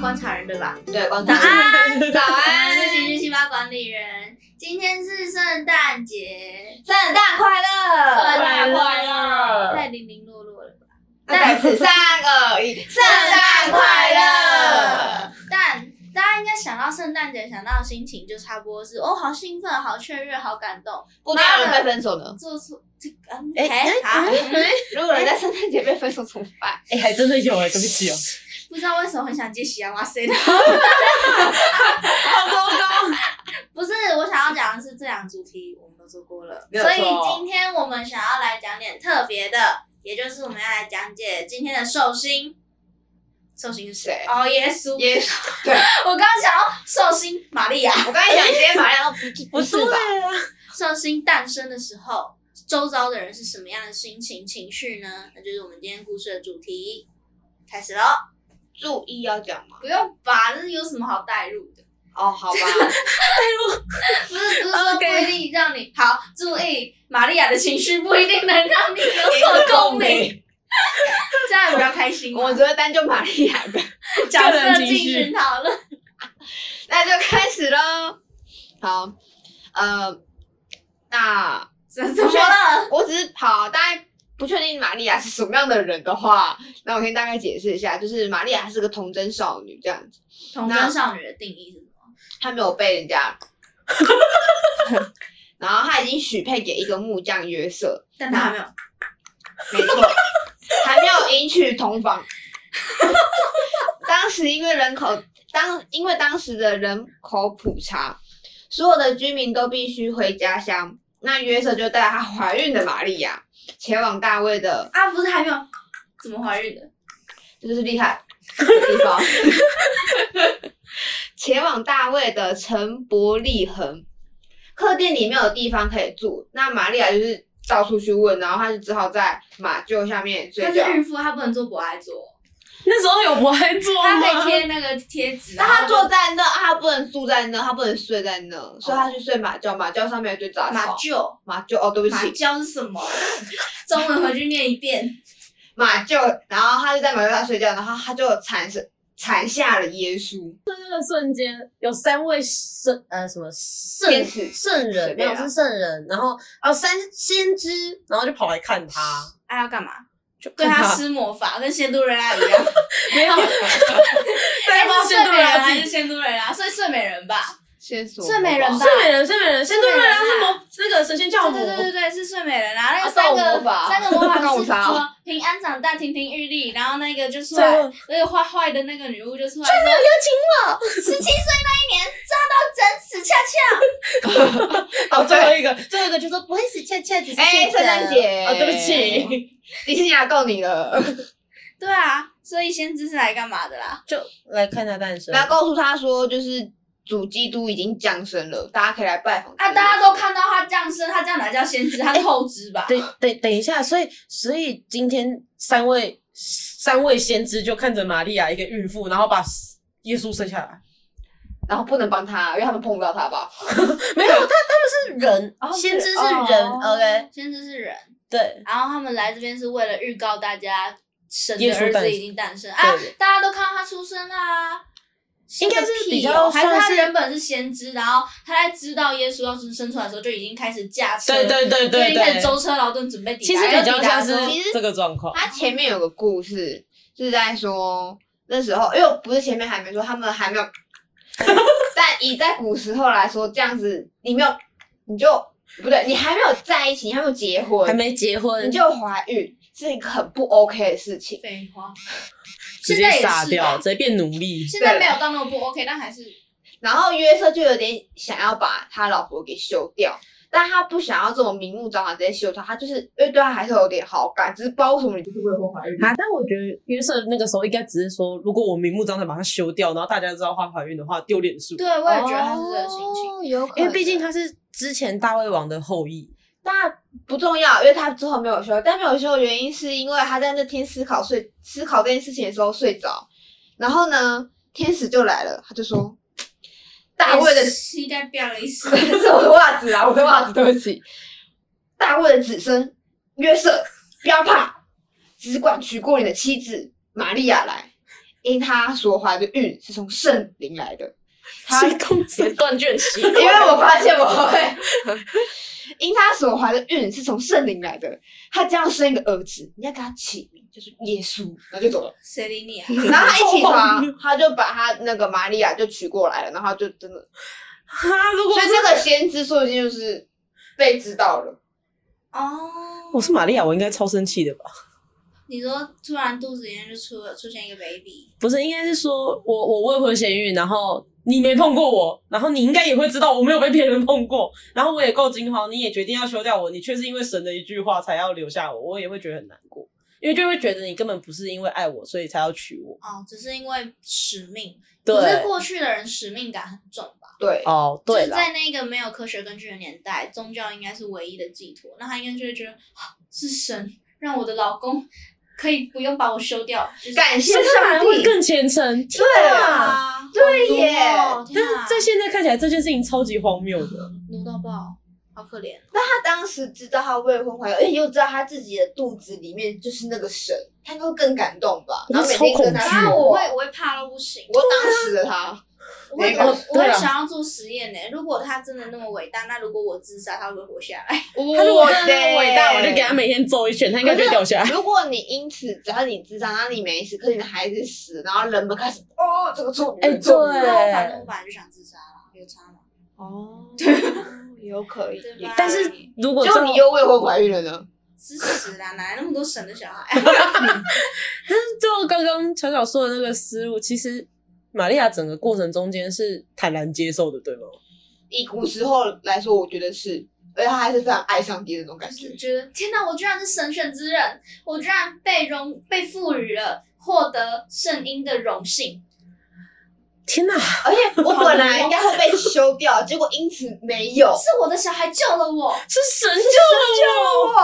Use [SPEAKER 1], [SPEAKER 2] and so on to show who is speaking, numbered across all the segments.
[SPEAKER 1] 观察人对吧？
[SPEAKER 2] 对，观
[SPEAKER 1] 早
[SPEAKER 2] 察
[SPEAKER 1] 安，
[SPEAKER 2] 早安，
[SPEAKER 1] 我是情绪细胞管理人。今天是圣诞节，
[SPEAKER 2] 圣诞快乐，
[SPEAKER 1] 圣诞
[SPEAKER 3] 快乐
[SPEAKER 1] 太零零落落了吧？
[SPEAKER 2] 再次三二一，圣诞快乐！！
[SPEAKER 1] 但大家应该想到圣诞节，想到的心情就差不多是哦，好兴奋，好雀跃，好感动。
[SPEAKER 2] 不知道有人被分手呢？
[SPEAKER 1] 做出这个，嗯
[SPEAKER 3] 哎
[SPEAKER 1] 哎啊，
[SPEAKER 2] 如果有人在圣诞节被分手怎么 办？
[SPEAKER 3] 哎、还真的有哎、对不起哦。
[SPEAKER 1] 不知道为什么很想接喜羊哇塞的。
[SPEAKER 2] 好糟糕！
[SPEAKER 1] 不是，我想要讲的是这两主题我们都做过了，
[SPEAKER 2] 没有
[SPEAKER 1] 所
[SPEAKER 2] 错
[SPEAKER 1] 以今天我们想要来讲点特别的，也就是我们要来讲解今天的寿星。寿星是谁
[SPEAKER 2] 谁？
[SPEAKER 1] 哦，耶稣。
[SPEAKER 2] 耶稣，对
[SPEAKER 1] 我刚刚想到寿星玛利亚，
[SPEAKER 2] 我刚才讲，今天马上不不是吧？
[SPEAKER 3] 啊，
[SPEAKER 1] 寿星诞生的时候，周遭的人是什么样的心情情绪呢？那就是我们今天故事的主题。开始喽！
[SPEAKER 2] 注意要讲吗？
[SPEAKER 1] 不用吧，这有什么好带入的？
[SPEAKER 2] 哦，好
[SPEAKER 1] 不
[SPEAKER 2] 吧，
[SPEAKER 1] 是，不是说不
[SPEAKER 3] OK
[SPEAKER 1] 一定让你好注意，玛利亚的情绪不一定能让你有所 共鸣。。这样比较开心吗。
[SPEAKER 2] 我们只会单就玛利亚的，
[SPEAKER 1] 角
[SPEAKER 3] 个人
[SPEAKER 1] 色
[SPEAKER 3] 情
[SPEAKER 1] 进
[SPEAKER 3] 绪
[SPEAKER 1] 行讨论，
[SPEAKER 2] 那就开始喽。好，呃，那
[SPEAKER 1] 怎怎么了？
[SPEAKER 2] 我只是好，大概不确定玛利亚是什么样的人的话，那我先大概解释一下，就是玛利亚是个童真少女这样子，
[SPEAKER 1] 童
[SPEAKER 2] 那
[SPEAKER 1] 真少女的定义是什么？
[SPEAKER 2] 她没有被人家，然后她已经许配给一个木匠约瑟，
[SPEAKER 1] 但她还没有。
[SPEAKER 2] 没错，还没有迎娶同房。当时因为人口当因为当时的人口普查，所有的居民都必须回家乡。那约瑟就带他怀孕的玛利亚前往大卫的，
[SPEAKER 1] 啊，不是还没有，怎么怀孕的？
[SPEAKER 2] 这就是厉害的地方，前往大卫的陈伯利恒客店里没有地方可以住，那玛利亚就是到处去问，然后她就只好在马厩下面睡
[SPEAKER 1] 她是
[SPEAKER 2] 觉。
[SPEAKER 1] 孕妇，她不能做博爱座，
[SPEAKER 3] 那时候有不爱做
[SPEAKER 1] 她可以
[SPEAKER 3] 吗？
[SPEAKER 1] 贴那个贴纸。啊
[SPEAKER 2] 那
[SPEAKER 1] 然后
[SPEAKER 2] 他坐在那，他不能住在那，他不能睡在那，所以他去睡马厩，马厩上面有堆杂
[SPEAKER 1] 马
[SPEAKER 2] 草。
[SPEAKER 1] 厩，
[SPEAKER 2] 马厩哦，对不
[SPEAKER 1] 马
[SPEAKER 2] 起，
[SPEAKER 1] 厩是什么？ 中文回去念一遍。
[SPEAKER 2] 马厩，然后他就在马厩上睡觉，然后他就产生产下了耶稣，
[SPEAKER 3] 那个瞬间有三位圣呃什么圣
[SPEAKER 2] 天使
[SPEAKER 3] 圣
[SPEAKER 2] 随
[SPEAKER 3] 人没
[SPEAKER 2] 便
[SPEAKER 3] 有
[SPEAKER 2] 啊
[SPEAKER 3] 是圣人，然后哦三先知，然后就跑来看他，
[SPEAKER 1] 哎，要干嘛？
[SPEAKER 3] 就
[SPEAKER 1] 对
[SPEAKER 3] 看
[SPEAKER 1] 她
[SPEAKER 2] 啊
[SPEAKER 1] 施魔法，跟仙都瑞拉一样。
[SPEAKER 3] 没有，
[SPEAKER 1] 哎是睡
[SPEAKER 3] 对，先对
[SPEAKER 1] 美人还
[SPEAKER 3] 人
[SPEAKER 1] 是，仙都瑞拉？所以睡美人吧。
[SPEAKER 2] 先说
[SPEAKER 1] 睡美人吧
[SPEAKER 3] 圣美人，圣美人，先对人，他
[SPEAKER 1] 圣美
[SPEAKER 3] 是
[SPEAKER 1] 人
[SPEAKER 3] 魔那个神仙教
[SPEAKER 1] 对
[SPEAKER 3] 母
[SPEAKER 1] 对，对对对，是睡美人啦。那个
[SPEAKER 2] 啊
[SPEAKER 1] 三
[SPEAKER 2] 跟我魔
[SPEAKER 1] 个
[SPEAKER 2] 法
[SPEAKER 1] 三个魔法
[SPEAKER 2] 跟我
[SPEAKER 1] 是
[SPEAKER 2] 差哦
[SPEAKER 1] 说平安长大，亭亭玉立，然后那个就出
[SPEAKER 3] 最
[SPEAKER 1] 来
[SPEAKER 3] 后
[SPEAKER 1] 那个坏坏的那个女巫就出来说：“没有邀请我，十七岁那一年抓到整死恰恰。
[SPEAKER 3] 哦
[SPEAKER 2] 哦，
[SPEAKER 3] 最后
[SPEAKER 2] 对，
[SPEAKER 3] 一个最后一个就说不会死恰恰只是
[SPEAKER 2] 哎
[SPEAKER 3] 现
[SPEAKER 2] 圣诞
[SPEAKER 3] 在
[SPEAKER 2] 节
[SPEAKER 3] 哦对不起，
[SPEAKER 2] 迪士尼来告你了，”
[SPEAKER 1] 对啊，所以先知是来干嘛的啦？
[SPEAKER 3] 就来看他诞生
[SPEAKER 2] 然后告诉他说，就是主基督已经降生了，大家可以来拜访
[SPEAKER 1] 啊，大家都看到他降生，他这样哪叫先知？他是后知吧？
[SPEAKER 3] 等等等一下，所以所以今天三位三位先知就看着玛利亚一个孕妇，然后把耶稣生下来。
[SPEAKER 2] 然后不能帮他，因为他们碰不到他吧？
[SPEAKER 3] 没有，他他们是人，
[SPEAKER 2] 哦
[SPEAKER 3] 先知是
[SPEAKER 2] 是
[SPEAKER 3] 人、
[SPEAKER 2] 哦
[SPEAKER 3] o k
[SPEAKER 1] 先知是人，
[SPEAKER 3] 对，
[SPEAKER 1] 然后他们来这边是为了预告大家，神的
[SPEAKER 3] 耶稣
[SPEAKER 1] 儿
[SPEAKER 3] 诞
[SPEAKER 1] 子
[SPEAKER 3] 生
[SPEAKER 1] 已经诞生啊
[SPEAKER 3] 对，
[SPEAKER 1] 大家都看到他出生啦、啊。
[SPEAKER 3] 应该是
[SPEAKER 1] 信个
[SPEAKER 3] 比
[SPEAKER 1] 屁哦
[SPEAKER 3] 较
[SPEAKER 1] 还是
[SPEAKER 3] 算
[SPEAKER 1] 他
[SPEAKER 3] 是
[SPEAKER 1] 原本是先知，然后他在知道耶稣要生出来的时候就已经开始驾车，
[SPEAKER 3] 对对对
[SPEAKER 1] 就
[SPEAKER 3] 对
[SPEAKER 1] 已经开始
[SPEAKER 3] 对，
[SPEAKER 1] 舟车劳顿准备抵达。
[SPEAKER 3] 其实
[SPEAKER 1] 要
[SPEAKER 3] 比
[SPEAKER 1] 抵
[SPEAKER 3] 较
[SPEAKER 1] 达
[SPEAKER 3] 像
[SPEAKER 1] 的时
[SPEAKER 3] 是
[SPEAKER 1] 候
[SPEAKER 2] 其实
[SPEAKER 3] 这个状
[SPEAKER 1] 哦
[SPEAKER 3] 况。
[SPEAKER 2] 他前面有个故事是在说那时候，因为不是前面还没说，他们还没有， 但以在古时候来说，这样子你没有，你就不对，你还没有在一起，你还没有结婚，
[SPEAKER 3] 还没结婚
[SPEAKER 2] 你就怀孕，是一个很不 OK 的事情。
[SPEAKER 1] 废话，
[SPEAKER 3] 直
[SPEAKER 1] 现
[SPEAKER 3] 接
[SPEAKER 1] 在也是
[SPEAKER 3] 傻掉，
[SPEAKER 1] 吧
[SPEAKER 3] 直接变奴隶。
[SPEAKER 1] 现在没有到那么不 OK，但还是
[SPEAKER 2] 然后约瑟就有点想要把他老婆给休掉，但他不想要这种明目张胆直接休掉，他就是因为对他还是有点好感，只是不知道为什么你就是未婚怀孕。
[SPEAKER 3] 啊！但我觉得约瑟那个时候应该只是说，如果我明目张胆把它修掉，然后大家知道她怀孕的话，丢脸数。
[SPEAKER 1] 对，我也觉得他是这个心情。
[SPEAKER 2] 哦，有可能，
[SPEAKER 3] 因为毕竟她是之前大胃王的后裔，
[SPEAKER 2] 那不重要，因为他之后没有休，但没有休的原因是因为他在那天思考睡思考这件事情的时候睡着，然后呢，天使就来了，他就说：“大卫的
[SPEAKER 1] 膝盖掉了一 次，
[SPEAKER 2] 是 我的袜子啊，我的袜子，对不起。”大卫的子孙约瑟，不要怕，只管娶过你的妻子玛利亚来，因他所怀的孕是从圣灵来的。他
[SPEAKER 4] 谁控制断 卷期？因
[SPEAKER 2] 因为我发现我会， 因他所怀的孕是从圣灵来的，他将要生一个儿子，你要给他起名就是耶稣，然后就走 了。
[SPEAKER 1] 谁理你啊？
[SPEAKER 2] 然后他一起床，他就把他那个玛利亚就娶过来了，然后就 真的，
[SPEAKER 3] 哈，如果
[SPEAKER 2] 所以
[SPEAKER 3] 是
[SPEAKER 2] 这个先知说不定就是被知道了。
[SPEAKER 1] 哦，
[SPEAKER 3] 我是玛利亚，我应该超生气的吧？
[SPEAKER 1] 你说突然肚子里面就出了出现一个 baby，
[SPEAKER 3] 不是，应该是说我我未婚先孕，然后你没碰过我，然后你应该也会知道我没有被别人碰过，然后我也够惊慌，你也决定要休掉我，你却是因为神的一句话才要留下我，我也会觉得很难过，因为就会觉得你根本不是因为爱我，所以才要娶我。
[SPEAKER 1] 哦，只是因为使命，
[SPEAKER 3] 对
[SPEAKER 1] 可是过去的人使命感很重吧？
[SPEAKER 2] 对，
[SPEAKER 3] 哦，
[SPEAKER 1] 就
[SPEAKER 3] 对
[SPEAKER 1] 是
[SPEAKER 3] 了，
[SPEAKER 1] 在那个没有科学根据的年代，宗教应该是唯一的寄托。那他应该就会觉得、啊是神让我的老公可以不用把我休掉，就是
[SPEAKER 2] 感谢
[SPEAKER 3] 这个反而
[SPEAKER 2] 上
[SPEAKER 3] 会
[SPEAKER 2] 帝，
[SPEAKER 3] 更虔诚。对啊，
[SPEAKER 1] 啊，
[SPEAKER 2] 对耶
[SPEAKER 1] 好毒哦
[SPEAKER 3] 但
[SPEAKER 1] 天
[SPEAKER 3] 是
[SPEAKER 1] 啊
[SPEAKER 3] 在现在看起来，这件事情超级荒谬的。
[SPEAKER 1] 奴到爆，好可怜。哦
[SPEAKER 2] 他当时知道他未婚怀孕，而且又知道他自己的肚子里面就是那个神，他应该会更感动吧？
[SPEAKER 3] 我
[SPEAKER 2] 然后每
[SPEAKER 3] 超
[SPEAKER 2] 天跟他
[SPEAKER 3] 恐
[SPEAKER 2] 说
[SPEAKER 3] 惧
[SPEAKER 1] 啊，
[SPEAKER 3] 哦
[SPEAKER 1] 我会我会怕到不行，
[SPEAKER 2] 我当时的他，
[SPEAKER 1] 我会
[SPEAKER 2] 没
[SPEAKER 1] 我
[SPEAKER 2] 有
[SPEAKER 1] 我会
[SPEAKER 3] 对啊
[SPEAKER 1] 想要做实验呢、如果他真的那么伟大，那如果我自杀，他会不会活下来？
[SPEAKER 3] 他如果
[SPEAKER 2] 我
[SPEAKER 3] 真的那么伟大，我就给他
[SPEAKER 2] 每。
[SPEAKER 3] 每天揍一拳，他应该就会掉下来。
[SPEAKER 2] 如果你因此只要你智商，然后你没死，可是你的孩子死，然后人们开始哦，这个错误，
[SPEAKER 3] 哎
[SPEAKER 2] 错误
[SPEAKER 3] 对
[SPEAKER 1] 那我反正我本来就想自杀了，有差吗？
[SPEAKER 2] 哦，有可以
[SPEAKER 1] 对吧，
[SPEAKER 3] 但是如果
[SPEAKER 2] 就
[SPEAKER 3] 照
[SPEAKER 2] 你又未婚怀孕了呢？
[SPEAKER 1] 支持啦，哪来那么多神的小 孩？
[SPEAKER 3] 就刚刚巧巧说的那个思路，其实玛利亚整个过程中间是坦然接受的，对吗？
[SPEAKER 2] 以古时候来说，我觉得是，而且他还是非常爱上帝的那种感
[SPEAKER 1] 就是
[SPEAKER 2] 觉。
[SPEAKER 1] 觉得天哪，我居然是神选之人，我居然被荣被赋予了获得圣婴的荣幸。
[SPEAKER 3] 天哪！
[SPEAKER 2] 而且我本来应该会被休掉，结果因此没有。
[SPEAKER 1] 是我的小孩救了我，
[SPEAKER 3] 是神救了我！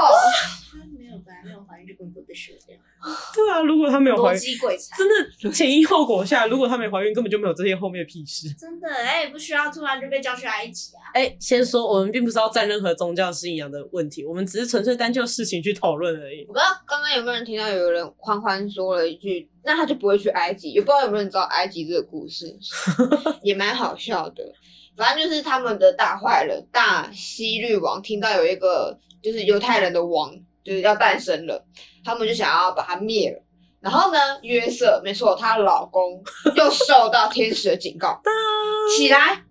[SPEAKER 1] 他没有本来没有怀孕就根本不会被休掉，
[SPEAKER 3] 对啊，如果她没有怀
[SPEAKER 1] 逻
[SPEAKER 3] 孕，
[SPEAKER 1] 辑鬼才。
[SPEAKER 3] 真的前因后果下，如果她没怀孕，根本就没有这些后面的屁事。
[SPEAKER 1] 真的哎、不需要突然就被叫去埃及啊！
[SPEAKER 3] 哎、先说我们并不是要站任何宗教信仰的问题，我们只是纯粹单就事情去讨论而已。
[SPEAKER 2] 我不知道刚刚有没有人听到有人欢欢说了一句，那他就不会去埃及。也不知道有没有人知道埃及这个故事，也蛮好笑的。反正就是他们的大坏人大希律王听到有一个就是犹太人的王就是要诞生了，他们就想要把他灭了。然后呢，约瑟没错，她老公又受到天使的警告，起来，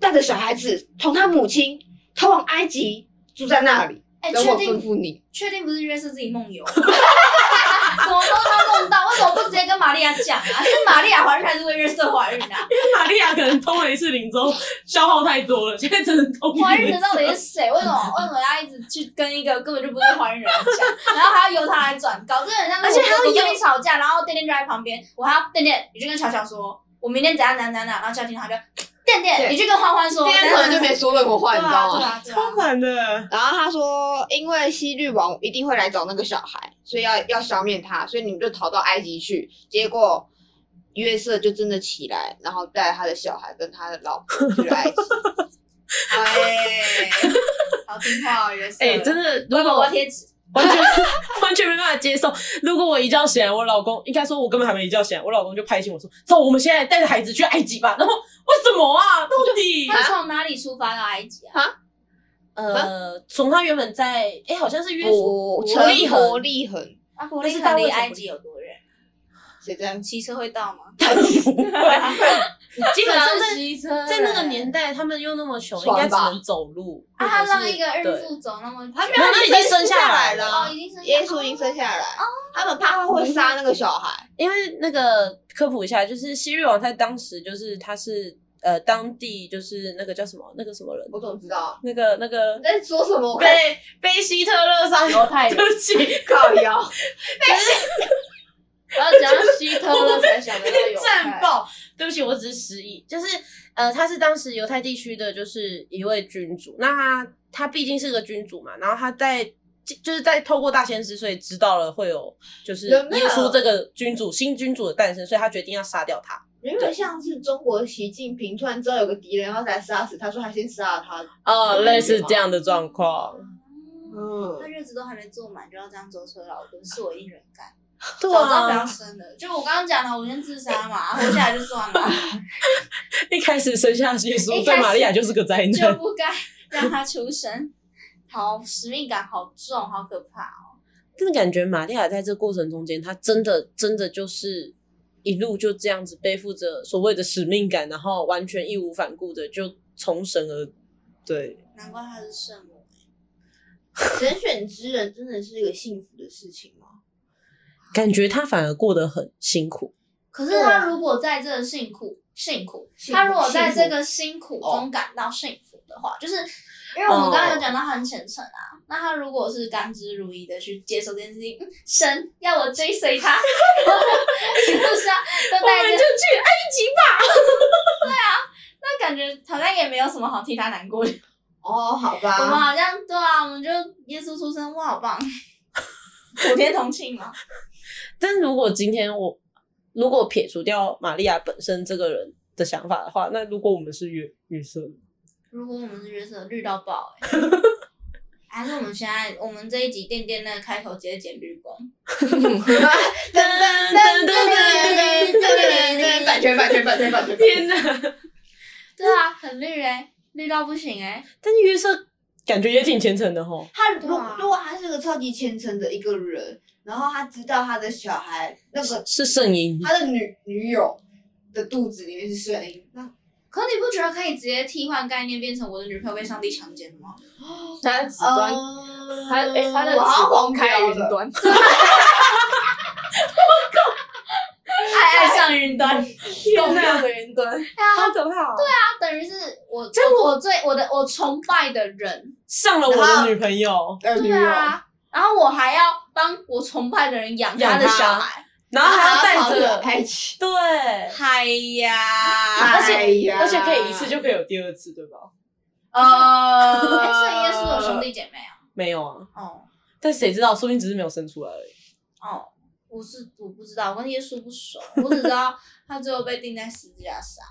[SPEAKER 2] 带着小孩子同他母亲逃往埃及，住在那里，
[SPEAKER 1] 哎、
[SPEAKER 2] 等
[SPEAKER 1] 确
[SPEAKER 2] 我吩
[SPEAKER 1] 定
[SPEAKER 2] 咐你。
[SPEAKER 1] 确定不是约瑟自己梦游？ 怎么都他梦到？为什么不直接跟玛利亚讲啊？是玛利亚怀孕还是为约瑟怀孕啊？
[SPEAKER 3] 玛利亚可能通了一次灵之后消耗太多了，现在只能 通
[SPEAKER 1] 怀
[SPEAKER 3] 一
[SPEAKER 1] 孕的
[SPEAKER 3] 次啊
[SPEAKER 1] 到底是谁？为什么为什么要一直去跟一个根本就不是怀孕人讲，然后还要由他来转，搞这很像是
[SPEAKER 3] 而且还要
[SPEAKER 1] 我我
[SPEAKER 3] 由
[SPEAKER 1] 跟你吵架，然后店店就在旁边，我还要店店，你就跟巧巧说，我明天怎样怎样怎样，然后巧婷她就店
[SPEAKER 2] 对
[SPEAKER 1] 店，你去跟欢欢说，啊
[SPEAKER 2] 今天可能就没说任何话，
[SPEAKER 1] 对
[SPEAKER 2] 你知道吗？
[SPEAKER 1] 啊对啊
[SPEAKER 3] 超烦的。
[SPEAKER 2] 然后他说，因为希律王一定会来找那个小孩，所以要要消灭他，所以你们就逃到埃及去。结果约瑟就真的起来，然后带他的小孩跟他的老婆去了埃 及。
[SPEAKER 1] 哎，好听话哦，约瑟，
[SPEAKER 3] 哎、真的，如
[SPEAKER 1] 乖宝
[SPEAKER 3] 果
[SPEAKER 1] 宝贴纸，
[SPEAKER 3] 完全完全没办法接受。如果我一觉醒来，我老公应该说，我根本还没一觉醒来，我老公就拍醒我说：“走，我们现在带着孩子去埃及吧。”然后为什么啊？到底
[SPEAKER 1] 他从哪里出发到埃及啊？
[SPEAKER 3] 呃，从他原本在哎、好像是约
[SPEAKER 2] 伯
[SPEAKER 3] 伯
[SPEAKER 2] 城
[SPEAKER 3] 利
[SPEAKER 2] 伯
[SPEAKER 3] 恒，
[SPEAKER 2] 利恒，
[SPEAKER 1] 阿伯
[SPEAKER 3] 但
[SPEAKER 1] 利
[SPEAKER 3] 是他
[SPEAKER 1] 恒
[SPEAKER 3] 为
[SPEAKER 1] 离
[SPEAKER 3] 什么
[SPEAKER 1] 埃
[SPEAKER 3] 不
[SPEAKER 1] 及有多远？
[SPEAKER 2] 谁在？
[SPEAKER 1] 骑车会到吗？
[SPEAKER 3] 基本上在
[SPEAKER 1] 骑车欸
[SPEAKER 3] 在那个年代，他们又那么穷，应
[SPEAKER 2] 船吧
[SPEAKER 3] 该只能走路。
[SPEAKER 1] 啊，
[SPEAKER 3] 或
[SPEAKER 1] 他
[SPEAKER 3] 者是
[SPEAKER 1] 让一个孕
[SPEAKER 3] 对
[SPEAKER 1] 妇走那么久，
[SPEAKER 2] 他
[SPEAKER 3] 没有那已经生下来 了
[SPEAKER 1] 哦，已经生
[SPEAKER 2] 耶稣已经生下来，
[SPEAKER 1] 哦
[SPEAKER 2] 他们怕他会杀那个小孩。
[SPEAKER 3] 因为那个科普一下，就是希律王在当时就是他是呃当地就是那个叫什么那个什么人，
[SPEAKER 2] 我怎么知道？
[SPEAKER 3] 那个那个
[SPEAKER 2] 你在说什么？我看
[SPEAKER 3] 被被希特勒杀
[SPEAKER 4] 犹太人
[SPEAKER 3] 对，不起，
[SPEAKER 2] 靠腰。
[SPEAKER 4] 然后讲到希特勒才想得到犹
[SPEAKER 3] 战
[SPEAKER 4] 太。
[SPEAKER 3] 报。对不起，我只是失忆。就是呃，他是当时犹太地区的，就是一位君主。那他他毕竟是个君主嘛，然后他在就是在透过大先知，所以知道了会有就是
[SPEAKER 2] 有没有
[SPEAKER 3] 耶稣这个君主新君主的诞生，所以他决定要杀掉他。
[SPEAKER 2] 原本像是中国习近平突然知道有个敌人，然后来杀死他，说他先杀了他。
[SPEAKER 3] 哦，
[SPEAKER 2] 类似这
[SPEAKER 3] 样的状况。
[SPEAKER 1] 嗯
[SPEAKER 2] 嗯
[SPEAKER 1] 他，日子都还没做满就要这样舟车劳顿，是我一定忍干。
[SPEAKER 3] 对
[SPEAKER 1] 早知道不
[SPEAKER 3] 啊
[SPEAKER 1] 要，生了。就我刚刚讲的，我先自杀 嘛，活下来就算了，
[SPEAKER 3] 一开始生下耶稣
[SPEAKER 1] 一开
[SPEAKER 3] 对
[SPEAKER 1] 始
[SPEAKER 3] 玛利亚就是个灾
[SPEAKER 1] 就
[SPEAKER 3] 难。
[SPEAKER 1] 不该让他出生。好，使命感好重，好可怕哦。
[SPEAKER 3] 真的感觉玛利亚在这过程中间，她真的真的就是一路就这样子背负着所谓的使命感，然后完全义无反顾的就从神而对。
[SPEAKER 1] 难怪他是圣母。
[SPEAKER 2] 人选之人真的是一个幸福的事情吗？
[SPEAKER 3] 感觉她反而过得很辛苦，
[SPEAKER 1] 可是他如果在这个辛苦、啊辛苦，
[SPEAKER 2] 幸福
[SPEAKER 1] 他如果在
[SPEAKER 2] 幸福
[SPEAKER 1] 这个辛苦中感到幸福的话，就是因为我们刚
[SPEAKER 3] 哦
[SPEAKER 1] 刚有讲到他很虔诚啊，那他如果是甘之如饴的去接受这件事情，嗯神要我追随他， 一路上啊都带着，啊
[SPEAKER 3] 去埃及吧。
[SPEAKER 1] 那感觉好像也没有什么好替他难过的。
[SPEAKER 2] 哦，好
[SPEAKER 1] 我们
[SPEAKER 2] 吧，
[SPEAKER 1] 好像对啊，我们就耶稣出生，哇，好棒，普天同庆嘛。
[SPEAKER 3] 但如果今天我如果撇除掉玛利亚本身这个人的想法的话，那如果我们是约约瑟呢，
[SPEAKER 1] 如果我们是约瑟，绿到爆哎、还是我们现在我们这一集垫垫那个开头直接剪绿光。
[SPEAKER 2] 噔噔噔噔噔噔噔噔噔，版权版权版权版权，
[SPEAKER 3] 天哪！
[SPEAKER 1] 对啊，很绿哎、绿到不行哎、
[SPEAKER 3] 但是约瑟感觉也挺虔诚的吼，
[SPEAKER 2] 他如
[SPEAKER 1] 对啊
[SPEAKER 2] 如果他是个超级虔诚的一个人，然后他知道他的小孩那个
[SPEAKER 3] 是圣婴。
[SPEAKER 2] 他的女女友的肚子里面是声音，那
[SPEAKER 1] 可你不觉得可以直接替换概念，变成我的女朋友被上帝强奸了 吗？
[SPEAKER 4] 他的子端，
[SPEAKER 2] 呃，
[SPEAKER 1] 哦
[SPEAKER 4] 他哎，他的
[SPEAKER 2] 我好
[SPEAKER 4] 子
[SPEAKER 2] 像
[SPEAKER 4] 宫
[SPEAKER 2] 黄
[SPEAKER 4] 开
[SPEAKER 2] 标
[SPEAKER 4] 云
[SPEAKER 2] 的，
[SPEAKER 4] 端，
[SPEAKER 1] 爱爱上云端，哦
[SPEAKER 4] 宫掉的云端，好可怕哦！对啊，
[SPEAKER 1] 他等于是我我我最我的我崇拜的人，
[SPEAKER 3] 上了我的女朋友，
[SPEAKER 2] 呃女
[SPEAKER 1] 对
[SPEAKER 2] 友，
[SPEAKER 1] 啊，然后我还要帮我崇拜的人养他的
[SPEAKER 3] 养他
[SPEAKER 1] 小孩，
[SPEAKER 3] 然后还要带
[SPEAKER 2] 跑
[SPEAKER 3] 着
[SPEAKER 2] 着，拍起，
[SPEAKER 3] 对，
[SPEAKER 1] 嗨呀，
[SPEAKER 3] 而且
[SPEAKER 2] 哎呀
[SPEAKER 3] 而且可以一次就可以有第二次，对吧？
[SPEAKER 2] 呃，
[SPEAKER 1] 哎，所以耶稣有兄弟姐妹啊？
[SPEAKER 3] 没有啊，
[SPEAKER 1] 哦
[SPEAKER 3] 但谁知道，说不定只是没有生出来而已。
[SPEAKER 1] 哦，我是我不知道，我跟耶稣不熟，我只知道他最后被钉在十字架上，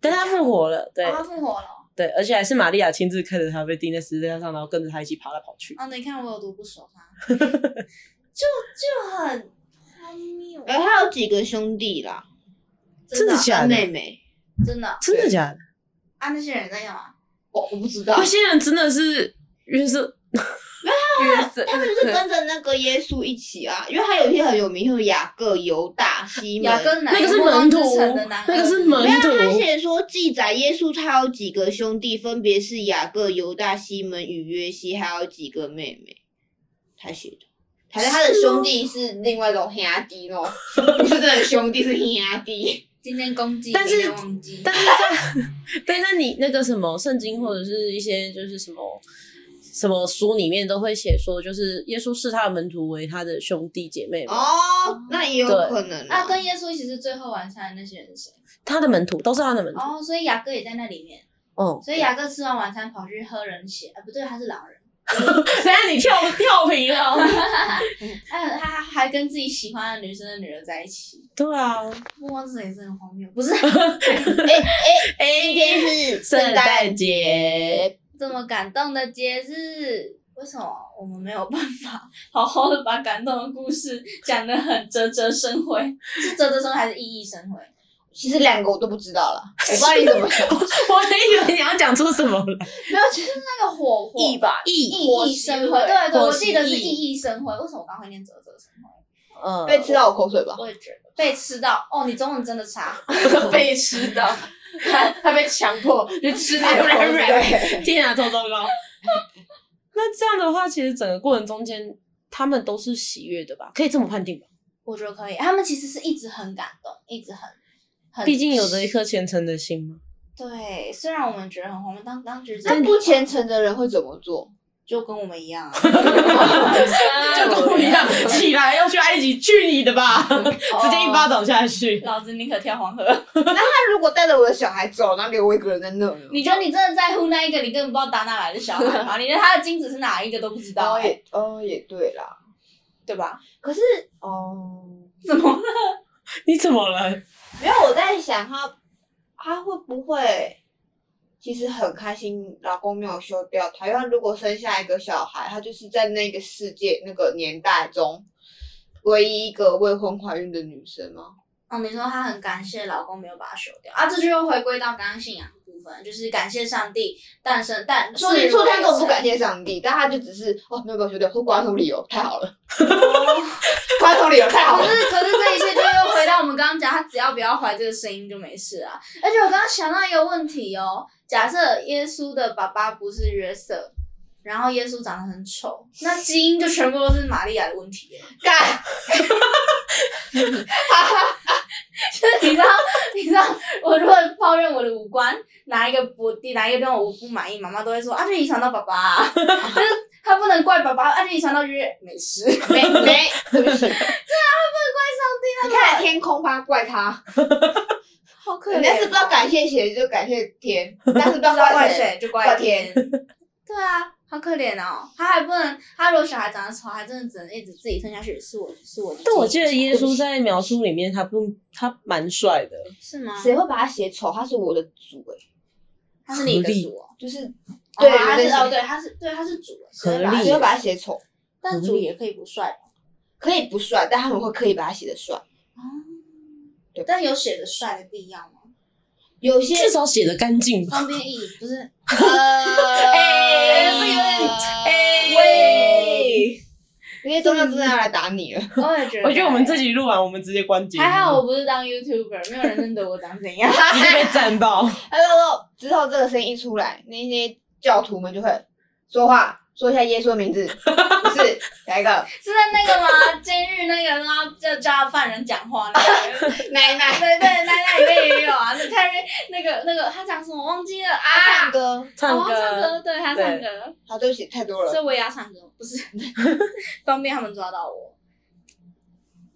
[SPEAKER 3] 但他复活了，对、
[SPEAKER 1] 哦他复活了哦。
[SPEAKER 3] 对，而且还是玛利亚亲自看着他被钉在十字架上，然后跟着他一起爬来跑去。
[SPEAKER 1] 啊，你看我有多不熟他， 就就很荒谬，
[SPEAKER 2] 哎，他有几个兄弟啦？
[SPEAKER 3] 真的假
[SPEAKER 2] 跟
[SPEAKER 3] 的？
[SPEAKER 2] 妹妹，
[SPEAKER 1] 真的啊！
[SPEAKER 3] 真的假的？
[SPEAKER 1] 那些人在干嘛？
[SPEAKER 2] 我我不知道
[SPEAKER 3] 那，些人真的是约 瑟，
[SPEAKER 4] 约瑟
[SPEAKER 2] 他们就是跟着那个耶稣一起啊，因为他有一些很有名，像雅各、犹大、西门。
[SPEAKER 1] 雅各是哪
[SPEAKER 3] 那
[SPEAKER 1] 一
[SPEAKER 3] 个是
[SPEAKER 1] 波浪
[SPEAKER 3] 门徒
[SPEAKER 1] 之城的男，儿
[SPEAKER 3] 那个是
[SPEAKER 2] 没有，
[SPEAKER 3] 门徒，
[SPEAKER 2] 他写说记载耶稣他有几个兄弟，分别是雅各、犹大、西门与约西，还有几个妹妹。他写的，反正他的
[SPEAKER 4] 哦
[SPEAKER 2] 兄弟是另外一种兄弟咯， 不是真的兄弟，是兄弟。
[SPEAKER 1] 今天攻击，
[SPEAKER 3] 但是
[SPEAKER 1] 明天忘记，
[SPEAKER 3] 但是在 但是在你那个什么圣经或者是一些就是什么什么书里面都会写说，就是耶稣视他的门徒为他的兄弟姐妹嘛，
[SPEAKER 2] 哦，那也有
[SPEAKER 3] 对
[SPEAKER 2] 可能
[SPEAKER 1] 啊，
[SPEAKER 2] 啊。
[SPEAKER 1] 跟耶稣一起是最后晚餐的那些人是谁？
[SPEAKER 3] 他的门徒都是他的门徒。
[SPEAKER 1] 哦，所以雅各也在那里面，
[SPEAKER 3] 哦，
[SPEAKER 1] 所以雅各吃完晚餐跑去喝人血，啊，不对，他是狼人，
[SPEAKER 3] 等下你跳跳屏了。
[SPEAKER 1] 哎，他还跟自己喜欢的女生的女儿在一起，
[SPEAKER 3] 对啊，
[SPEAKER 1] 不光这也是很荒谬，不是
[SPEAKER 2] 哎，今天是
[SPEAKER 3] 圣
[SPEAKER 2] 圣
[SPEAKER 3] 诞
[SPEAKER 2] 诞
[SPEAKER 3] 节
[SPEAKER 2] 节，
[SPEAKER 1] 这么感动的节日，为什么我们没有办法好好的把感动的故 事讲得很啧啧 生辉？是啧啧生辉还是熠熠生辉？
[SPEAKER 2] 其实两个我都不知道了，我不知道你怎么想。
[SPEAKER 3] 我以为你要讲出什么来。
[SPEAKER 1] 没有，就是那个火火
[SPEAKER 4] 意吧，
[SPEAKER 1] 熠
[SPEAKER 4] 意
[SPEAKER 1] 熠生辉，对对，
[SPEAKER 3] 火
[SPEAKER 1] 我
[SPEAKER 3] 星
[SPEAKER 1] 记得是
[SPEAKER 3] 熠
[SPEAKER 1] 熠熠生辉。为什么我刚刚会念啧啧生辉？
[SPEAKER 3] 嗯，
[SPEAKER 2] 被吃到我口 水吧？
[SPEAKER 1] 我也觉得被吃到哦，你中文真的差。
[SPEAKER 4] 被吃到，他他被强迫去吃 那个口水，
[SPEAKER 3] 天啊，超糟糕。 那这样的话，其实整个过程中间，他们都是喜悦的吧？可以这么判定吧？
[SPEAKER 1] 我觉得可以，他们其实是一直很感动，一直很很。
[SPEAKER 3] 毕竟有着一颗虔诚的心嘛。
[SPEAKER 1] 对，虽然我们觉得很荒谬，当当时
[SPEAKER 2] 那不虔诚的人会怎么做？
[SPEAKER 1] 就跟我们一样 啊。
[SPEAKER 3] 就跟我一样，起来要去埃及，去你的 吧！直接一巴掌下去。
[SPEAKER 1] 老子宁可跳黄河。
[SPEAKER 2] 那如果带着我的小孩走，然后留我一个人在那呢？
[SPEAKER 1] 你觉得你真的在乎那一个你根本不知道打哪来的小孩吗？你连他的精子是哪一个都不知 道、
[SPEAKER 2] 哦
[SPEAKER 1] 欸，
[SPEAKER 2] 也哦也对啦，
[SPEAKER 1] 对吧？
[SPEAKER 2] 可是哦，
[SPEAKER 1] 怎么了？
[SPEAKER 3] 你怎么了？
[SPEAKER 2] 没有我在想他，他会不会其实很开心，老公没有休掉他，因为他如果生下一个小孩，他就是在那个世界那个年代中唯一一个未婚怀孕的女生吗？
[SPEAKER 1] 哦，你说她很感谢老公没有把她休掉啊，这就又回归到刚刚信仰的部分，就是感谢上帝诞生诞。
[SPEAKER 2] 说明说她根
[SPEAKER 1] 我
[SPEAKER 2] 本不感谢上帝，但她就只是哦没有把我休掉，或管什么理由，太好了，哦 管什么理由太好
[SPEAKER 1] 可
[SPEAKER 2] 了。
[SPEAKER 1] 是，可是这一切就又回到我们刚刚讲，他只要不要怀这个声音就没事啊。而且我刚刚想到一个问题哦，假设耶稣的爸爸不是约瑟，然后耶稣长得很丑，那基因就全部都是玛利亚的问题耶。
[SPEAKER 2] 干，
[SPEAKER 1] 就是 你知道，你知道，我如果抱怨我的五官哪一个我哪一个地方我不满意，妈妈都会说啊，就遗传到爸爸、啊， 就是他不能怪爸爸，啊，就遗传到约没 事。
[SPEAKER 2] 没没，对啊不起，你看天空吧，怪他，啊
[SPEAKER 1] 好可
[SPEAKER 2] 人家是不知道感谢谁就感谢天，但哦是不知道怪谁。
[SPEAKER 1] 就
[SPEAKER 2] 怪天。
[SPEAKER 1] 对啊，好可怜哦，他还不能，他如果小孩长得丑，还真的只能一直自己吞下去，是我是我的。
[SPEAKER 3] 但我记得耶稣在描述里面，他不他蛮帅的，
[SPEAKER 1] 是吗？
[SPEAKER 2] 谁会把他写丑？他是我的主哎、
[SPEAKER 1] 他是你
[SPEAKER 3] 合
[SPEAKER 1] 的
[SPEAKER 3] 力
[SPEAKER 1] 主哦，
[SPEAKER 2] 就是
[SPEAKER 1] 哦
[SPEAKER 2] 对
[SPEAKER 1] 他是
[SPEAKER 2] 人家
[SPEAKER 1] 哦，
[SPEAKER 2] 写
[SPEAKER 1] 对，他是对他是主，
[SPEAKER 3] 合
[SPEAKER 1] 谁会把他
[SPEAKER 3] 力
[SPEAKER 2] 啊谁会把他写丑？
[SPEAKER 1] 但是主也可以不帅吧
[SPEAKER 2] 可以不帅，但他们会刻意把他写的帅。对
[SPEAKER 1] 但有写的帅的必要吗？
[SPEAKER 2] 有 些
[SPEAKER 3] 至少写的干净 吧。
[SPEAKER 1] 方便意不是？
[SPEAKER 2] 呃，
[SPEAKER 3] 哎
[SPEAKER 1] 这有点
[SPEAKER 3] 哎
[SPEAKER 2] 喂，因为宗教真的要来打你 了。
[SPEAKER 1] 我也觉得，
[SPEAKER 3] 我觉得我们自己录完，我们直接关节目
[SPEAKER 1] 还好我不是当 YouTuber，没有人认得我长怎样。
[SPEAKER 3] 直接被赞爆。
[SPEAKER 2] 他就说之后这个声音一出来，那些教徒们就会说话，说一下耶稣的名字，不是哪一 个
[SPEAKER 1] 是在那个吗？监狱那个然后叫叫犯人讲话那个。
[SPEAKER 2] 奶 奶
[SPEAKER 1] 对对，那那里面也有啊，那他那个那个他讲什么忘记了啊？
[SPEAKER 2] 唱歌。
[SPEAKER 3] 唱
[SPEAKER 1] 哦
[SPEAKER 3] 歌，
[SPEAKER 1] 唱歌，对他唱歌，
[SPEAKER 2] 好，对不起，太多
[SPEAKER 1] 所
[SPEAKER 2] 了。
[SPEAKER 1] 以我也要唱歌，不是 方便他们抓到我。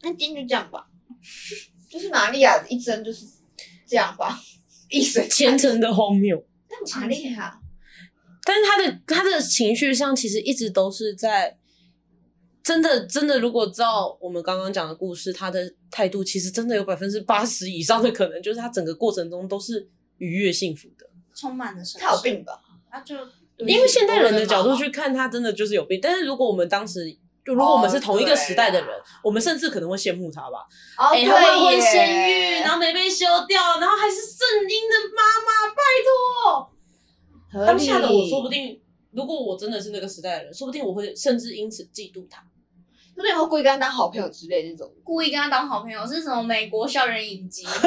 [SPEAKER 2] 那今天就这样吧，就是玛利亚一生就是这样吧，一生。
[SPEAKER 3] 虔诚的荒谬。
[SPEAKER 2] 但玛利亚，
[SPEAKER 3] 但是他的他的情绪上其实一直都是在，真的真的，如果照我们刚刚讲的故事，他的态度其实真的有百分之八十以上的可能，就是他整个过程中都是愉悦幸福的。
[SPEAKER 1] 充满了神
[SPEAKER 2] 他有病吧？
[SPEAKER 1] 他哦就
[SPEAKER 3] 因为现代人的角度去看，他真的就是有病。但是如果我们当时，就如果我们是同一个时代的人，
[SPEAKER 2] 哦
[SPEAKER 3] 我们甚至可能会羡慕他吧。
[SPEAKER 2] 哦，
[SPEAKER 3] 哎、他未婚先
[SPEAKER 2] 对
[SPEAKER 3] 孕，
[SPEAKER 2] 耶
[SPEAKER 3] 然后没被休掉，然后还是圣婴的妈妈，拜托。
[SPEAKER 2] 合
[SPEAKER 3] 当下的我
[SPEAKER 2] 理
[SPEAKER 3] 说不定，如果我真的是那个时代的人，说不定我会甚至因此嫉妒他。
[SPEAKER 2] 说不定以后故意跟他当好朋友之类的那种。
[SPEAKER 1] 故意跟他当好朋友，是什么美国校园影集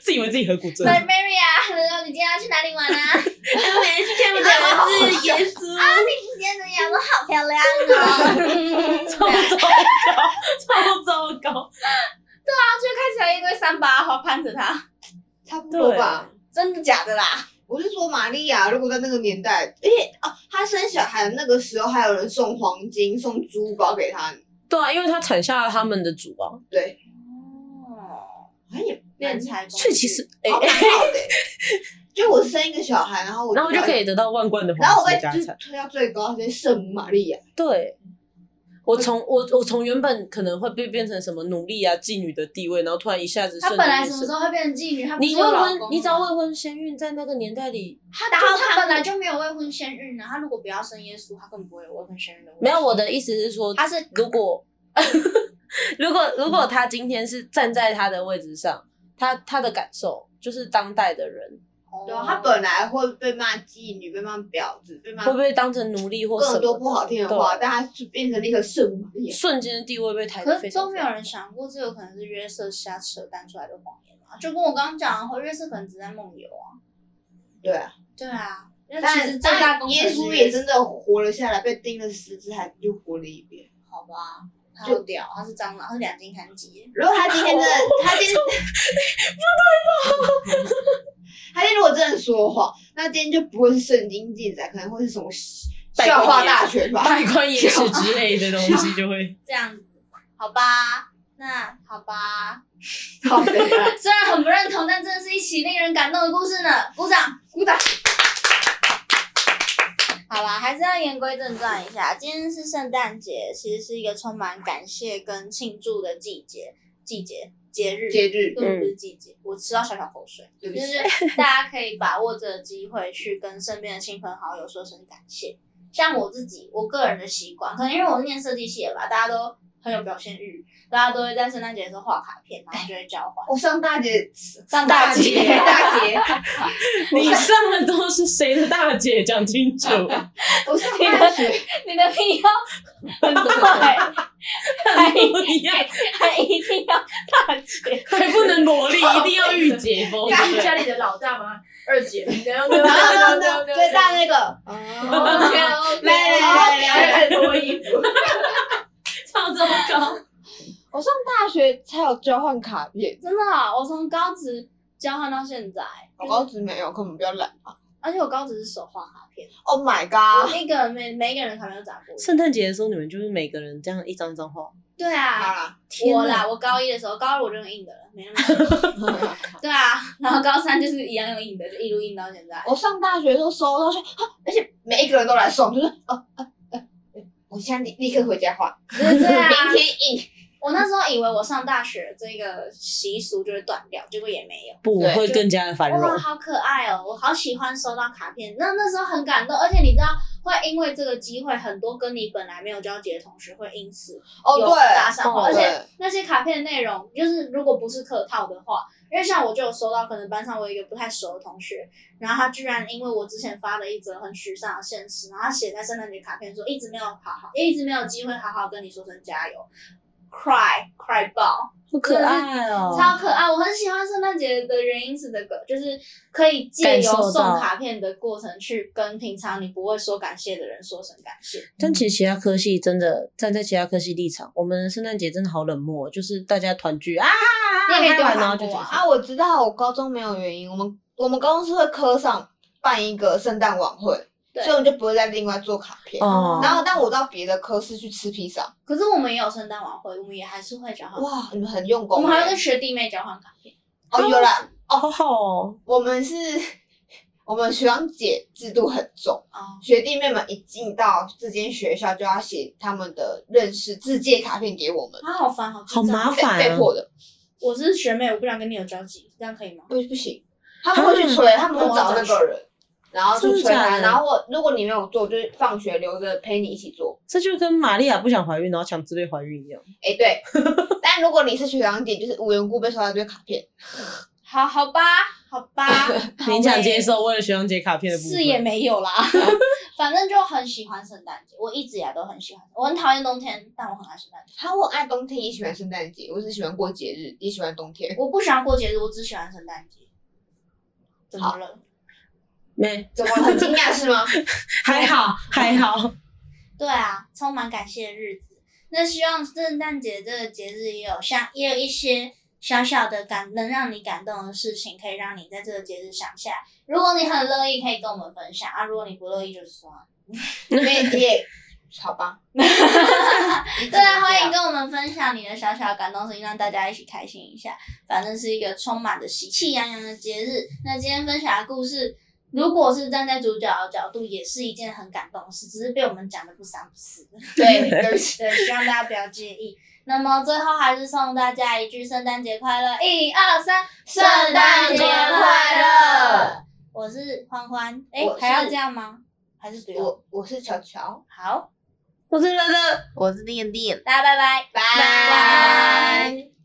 [SPEAKER 3] 自以为自己很古筝
[SPEAKER 1] ？Mary Mary 啊，然后你今天要去哪里玩啊？我每天去看
[SPEAKER 3] 我是耶稣，
[SPEAKER 1] 你今天怎么样？我好漂亮哦！
[SPEAKER 3] 超
[SPEAKER 1] 对啊
[SPEAKER 3] 糟糕，超糟糕，
[SPEAKER 1] 就开始有一堆三八花攀着他，
[SPEAKER 2] 差不多吧。
[SPEAKER 1] 真的假的啦？
[SPEAKER 2] 我是说，玛利亚如果在那个年代，而且哦，她生小孩的那个时候，还有人送黄金、送珠宝给她，
[SPEAKER 3] 对啊，因为他产下了他们的主啊，
[SPEAKER 2] 对，
[SPEAKER 1] 哦，
[SPEAKER 2] 好像也
[SPEAKER 1] 敛财工具，
[SPEAKER 3] 所以其实哎、
[SPEAKER 2] 好蛮好的欸、就我生一个小孩，然后我
[SPEAKER 3] 然后就可，以得到万贯的
[SPEAKER 2] 然后
[SPEAKER 3] 黄
[SPEAKER 2] 我被
[SPEAKER 3] 金家
[SPEAKER 2] 就是
[SPEAKER 3] 产。
[SPEAKER 2] 推到最哦高，直接圣母玛利亚。
[SPEAKER 3] 对，我从我我从原本可能会被变成什么奴隶啊、妓女的地位，然后突然一下子
[SPEAKER 1] 她
[SPEAKER 3] 瞬
[SPEAKER 1] 本
[SPEAKER 3] 间
[SPEAKER 1] 来
[SPEAKER 3] 变
[SPEAKER 1] 什么
[SPEAKER 3] 成
[SPEAKER 1] 时候会变成妓女？她不是
[SPEAKER 3] 你
[SPEAKER 1] 啊有
[SPEAKER 3] 未
[SPEAKER 1] 老
[SPEAKER 3] 婚
[SPEAKER 1] 公，
[SPEAKER 3] 你只
[SPEAKER 1] 吗
[SPEAKER 3] 要未婚先孕，在那个年代里
[SPEAKER 1] 他
[SPEAKER 2] 打
[SPEAKER 1] 就
[SPEAKER 2] 好
[SPEAKER 1] 他
[SPEAKER 2] 看
[SPEAKER 1] 本来就没有未婚先孕呢、他如果不要生耶稣，他根本不会有未婚先孕的问题。
[SPEAKER 3] 没有。我的意思是说，
[SPEAKER 1] 他是
[SPEAKER 3] 如果 如果如果他今天是站在他的位置上，他他的感受就是当代的人
[SPEAKER 1] 哦
[SPEAKER 2] 对啊，她本来会被骂妓女、被骂婊子、
[SPEAKER 1] 啊
[SPEAKER 2] 被骂
[SPEAKER 3] 会不会当成奴隶或什么
[SPEAKER 2] 更
[SPEAKER 3] 的
[SPEAKER 2] 多不好听的话，
[SPEAKER 3] 对
[SPEAKER 2] 但她就变成了一个圣母玛利亚。
[SPEAKER 3] 瞬间的地位被抬得
[SPEAKER 1] 可
[SPEAKER 3] 非
[SPEAKER 1] 是
[SPEAKER 3] 常
[SPEAKER 1] 都没有人想过，这有可能是约瑟瞎扯淡出来的谎言啊！就跟我刚刚讲的，约瑟可能只在梦游啊。
[SPEAKER 2] 对啊。
[SPEAKER 1] 对啊，那其实
[SPEAKER 2] 但
[SPEAKER 1] 最大功
[SPEAKER 2] 但
[SPEAKER 1] 臣
[SPEAKER 2] 耶
[SPEAKER 1] 是
[SPEAKER 2] 稣也
[SPEAKER 1] 瑟
[SPEAKER 2] 真的活了下来，被钉了十字还又活了一遍。
[SPEAKER 1] 好吧，他
[SPEAKER 2] 就
[SPEAKER 1] 好屌，他是蟑螂，他是两斤看鸡。
[SPEAKER 2] 如果他今天真的，他今天不对吧？他今天如果真的说谎，那今天就不会是圣经记载，可能会是什么笑话大全吧？
[SPEAKER 3] 拜官也是之类的东西 就会
[SPEAKER 1] 这样子，好吧，那好吧，
[SPEAKER 2] 好的，
[SPEAKER 1] 虽然很不认同，但真的是一起令人感动的故事呢。鼓掌。
[SPEAKER 2] 鼓掌。
[SPEAKER 1] 好啦，还是要言归正传一下。今天是圣诞节，其实是一个充满感谢跟庆祝的季节，季节节日，
[SPEAKER 2] 节日
[SPEAKER 1] 根本不是季节。我吃到小小口水，
[SPEAKER 2] 对
[SPEAKER 1] 就
[SPEAKER 2] 不起
[SPEAKER 1] 是大家可以把握这个机会去跟身边的亲朋好友说声感谢。像我自己，我个人的习惯，可能因为我是念设计系的吧，大家都很有表现欲，大家都会在圣诞节的时候画卡片，然后就会交换。
[SPEAKER 2] 我上大姐，
[SPEAKER 1] 上
[SPEAKER 3] 大街
[SPEAKER 1] 街，
[SPEAKER 2] 大姐，
[SPEAKER 3] 你上的都是谁的大姐？讲清 楚。
[SPEAKER 2] 我上大学，
[SPEAKER 1] 你的屁要很大，还
[SPEAKER 3] 不一样，
[SPEAKER 1] 还一定要大姐，
[SPEAKER 3] 还不能萝莉，一定要御姐 风。
[SPEAKER 4] 你是家里的老大吗？二姐，然后
[SPEAKER 2] 然后然后然后最大那个，
[SPEAKER 4] OK
[SPEAKER 2] 哦
[SPEAKER 4] OK，
[SPEAKER 2] 来来来来来
[SPEAKER 4] 脱衣服，
[SPEAKER 3] 超糟糕。
[SPEAKER 2] 我上大学才有交换卡片，
[SPEAKER 1] 真的啊、我从高职交换到现在，
[SPEAKER 2] 我高职没有，可能比较懒吧。
[SPEAKER 1] 而且我高职是手画卡片，
[SPEAKER 2] Oh my
[SPEAKER 1] 我
[SPEAKER 2] god！
[SPEAKER 1] 那个每每一个人卡片都砸过。
[SPEAKER 3] 圣诞节的时候，你们就是每个人这样一张一张画。
[SPEAKER 1] 对
[SPEAKER 2] 好
[SPEAKER 1] 啊，
[SPEAKER 2] 啦，
[SPEAKER 3] 天
[SPEAKER 1] 我
[SPEAKER 3] 哪
[SPEAKER 1] 啦，我高一的时候，高二我就用硬的了，没那么。对啊，然后高三就是一样用硬的，就一路硬到现在。
[SPEAKER 2] 我上大学的时候收到去，啊而且每一个人都来送，就是哦哦哦，我现在立立刻回家画，
[SPEAKER 1] 对对啊，
[SPEAKER 2] 明天印。
[SPEAKER 1] 我那时候以为我上大学这个习俗就会断掉，结果也没有。
[SPEAKER 3] 不，我
[SPEAKER 2] 对
[SPEAKER 3] 会更加的繁荣
[SPEAKER 1] 哇，。好可爱哦！我好喜欢收到卡片，那那时候很感动，而且你知道，会因为这个机会，很多跟你本来没有交集的同学会因此
[SPEAKER 2] 哦
[SPEAKER 1] 有
[SPEAKER 2] 对，
[SPEAKER 1] 搭上话，
[SPEAKER 3] 哦
[SPEAKER 1] 而且
[SPEAKER 2] 对
[SPEAKER 1] 那些卡片内容，就是如果不是客套的话，因为像我就有收到，可能班上我有一个不太熟的同学，然后他居然因为我之前发了一则很沮丧的现实，然后他写在圣诞节卡片说一直没有好好，一直没有机会好好跟你说声加油，cry cry 爆。
[SPEAKER 3] 好可爱哦、
[SPEAKER 1] 超可爱，我很喜欢圣诞节的原因是这个，就是可以借由
[SPEAKER 3] 感受到
[SPEAKER 1] 送卡片的过程去跟平常你不会说感谢的人说声感谢。
[SPEAKER 3] 但其实其他科系真的站在其他科系立场，我们圣诞节真的好冷漠，哦就是大家团聚啊，
[SPEAKER 2] 你
[SPEAKER 3] 也可以丢
[SPEAKER 2] 糖
[SPEAKER 3] 糖
[SPEAKER 2] 果
[SPEAKER 3] 果
[SPEAKER 2] 啊
[SPEAKER 3] 啊！
[SPEAKER 2] 啊我知道，我高中没有原因，我们我们高中是会科上办一个圣诞晚会，
[SPEAKER 1] 对
[SPEAKER 2] 所以我们就不会再另外做卡片。
[SPEAKER 3] 哦、
[SPEAKER 2] 然后，但我到别的科是去吃披萨，
[SPEAKER 1] 可是我们也有圣诞晚会，我们也还是会交换，
[SPEAKER 2] 哇，你们很用
[SPEAKER 1] 哦我
[SPEAKER 2] 功耶。欸
[SPEAKER 1] 们还会跟学弟妹交换卡片。
[SPEAKER 2] 哦，有啦，
[SPEAKER 3] 好好哦，
[SPEAKER 2] 我们是， 我们学长姐制度很重，
[SPEAKER 1] 哦，
[SPEAKER 2] 学弟妹们一进到这间学校就要写他们的认识自介卡片给我们，
[SPEAKER 1] 他啊好烦，好智
[SPEAKER 3] 好
[SPEAKER 1] 障
[SPEAKER 3] 麻
[SPEAKER 2] 被
[SPEAKER 3] 烦、
[SPEAKER 2] 被
[SPEAKER 3] 啊。
[SPEAKER 2] 迫的，
[SPEAKER 1] 我是学妹，我不想跟你有交集，这样可以吗？
[SPEAKER 2] 不不行，他们会去催，他们会找那个人。然后去催
[SPEAKER 3] 嗯真的假
[SPEAKER 2] 他，
[SPEAKER 3] 的
[SPEAKER 2] 然后我如果你没有做，就是放学留着陪你一起做。
[SPEAKER 3] 这就跟玛利亚不想怀孕，然后强制被怀孕一样。
[SPEAKER 2] 哎， 对，但如果你是学长姐，就是无缘无故被收到一堆卡片，
[SPEAKER 1] 好好吧， 好吧，
[SPEAKER 3] 勉强接
[SPEAKER 1] 好
[SPEAKER 3] 受为了学长姐卡片
[SPEAKER 1] 欸。
[SPEAKER 3] 的部分。
[SPEAKER 1] 是也没有 啦，反正就很喜欢圣诞节，我一直以来都很喜欢。我很讨厌冬天，但我很爱圣诞节。
[SPEAKER 2] 他我很爱冬天，也喜欢圣诞节，我只喜欢过节日，也喜欢冬 天。
[SPEAKER 1] 我不喜欢过节日，我只喜欢圣诞节。怎么了？
[SPEAKER 3] 没
[SPEAKER 2] 怎么了很惊讶是吗？
[SPEAKER 3] 还好还好，
[SPEAKER 1] 对啊，充满感谢的日子。那希望圣诞节这个节日也有像也有一些小小的感能让你感动的事情，可以让你在这个节日想下来。如果你很乐意，可以跟我们分享啊；如果你不乐意，就算了。
[SPEAKER 2] 没也好 吧。
[SPEAKER 1] 对啊，欢迎跟我们分享你的小小感动事情，让大家一起开心一下。反正是一个充满着喜气洋洋的节日。那今天分享的故事，如果是站在主角的角度，也是一件很感动的事，只是被我们讲的不三不四。
[SPEAKER 2] 对，对不起。
[SPEAKER 1] 对，希望大家不要介意。那么最后还是送大家一句圣诞节快乐，一二三，圣
[SPEAKER 2] 诞节快乐！
[SPEAKER 1] 我是欢欢，哎
[SPEAKER 2] 我，是
[SPEAKER 1] 还要这样吗？还是不用？
[SPEAKER 2] 我我是乔乔，
[SPEAKER 1] 好，
[SPEAKER 3] 我是乐乐。
[SPEAKER 4] 我是练练。
[SPEAKER 1] 大家拜拜。
[SPEAKER 2] 拜
[SPEAKER 1] 拜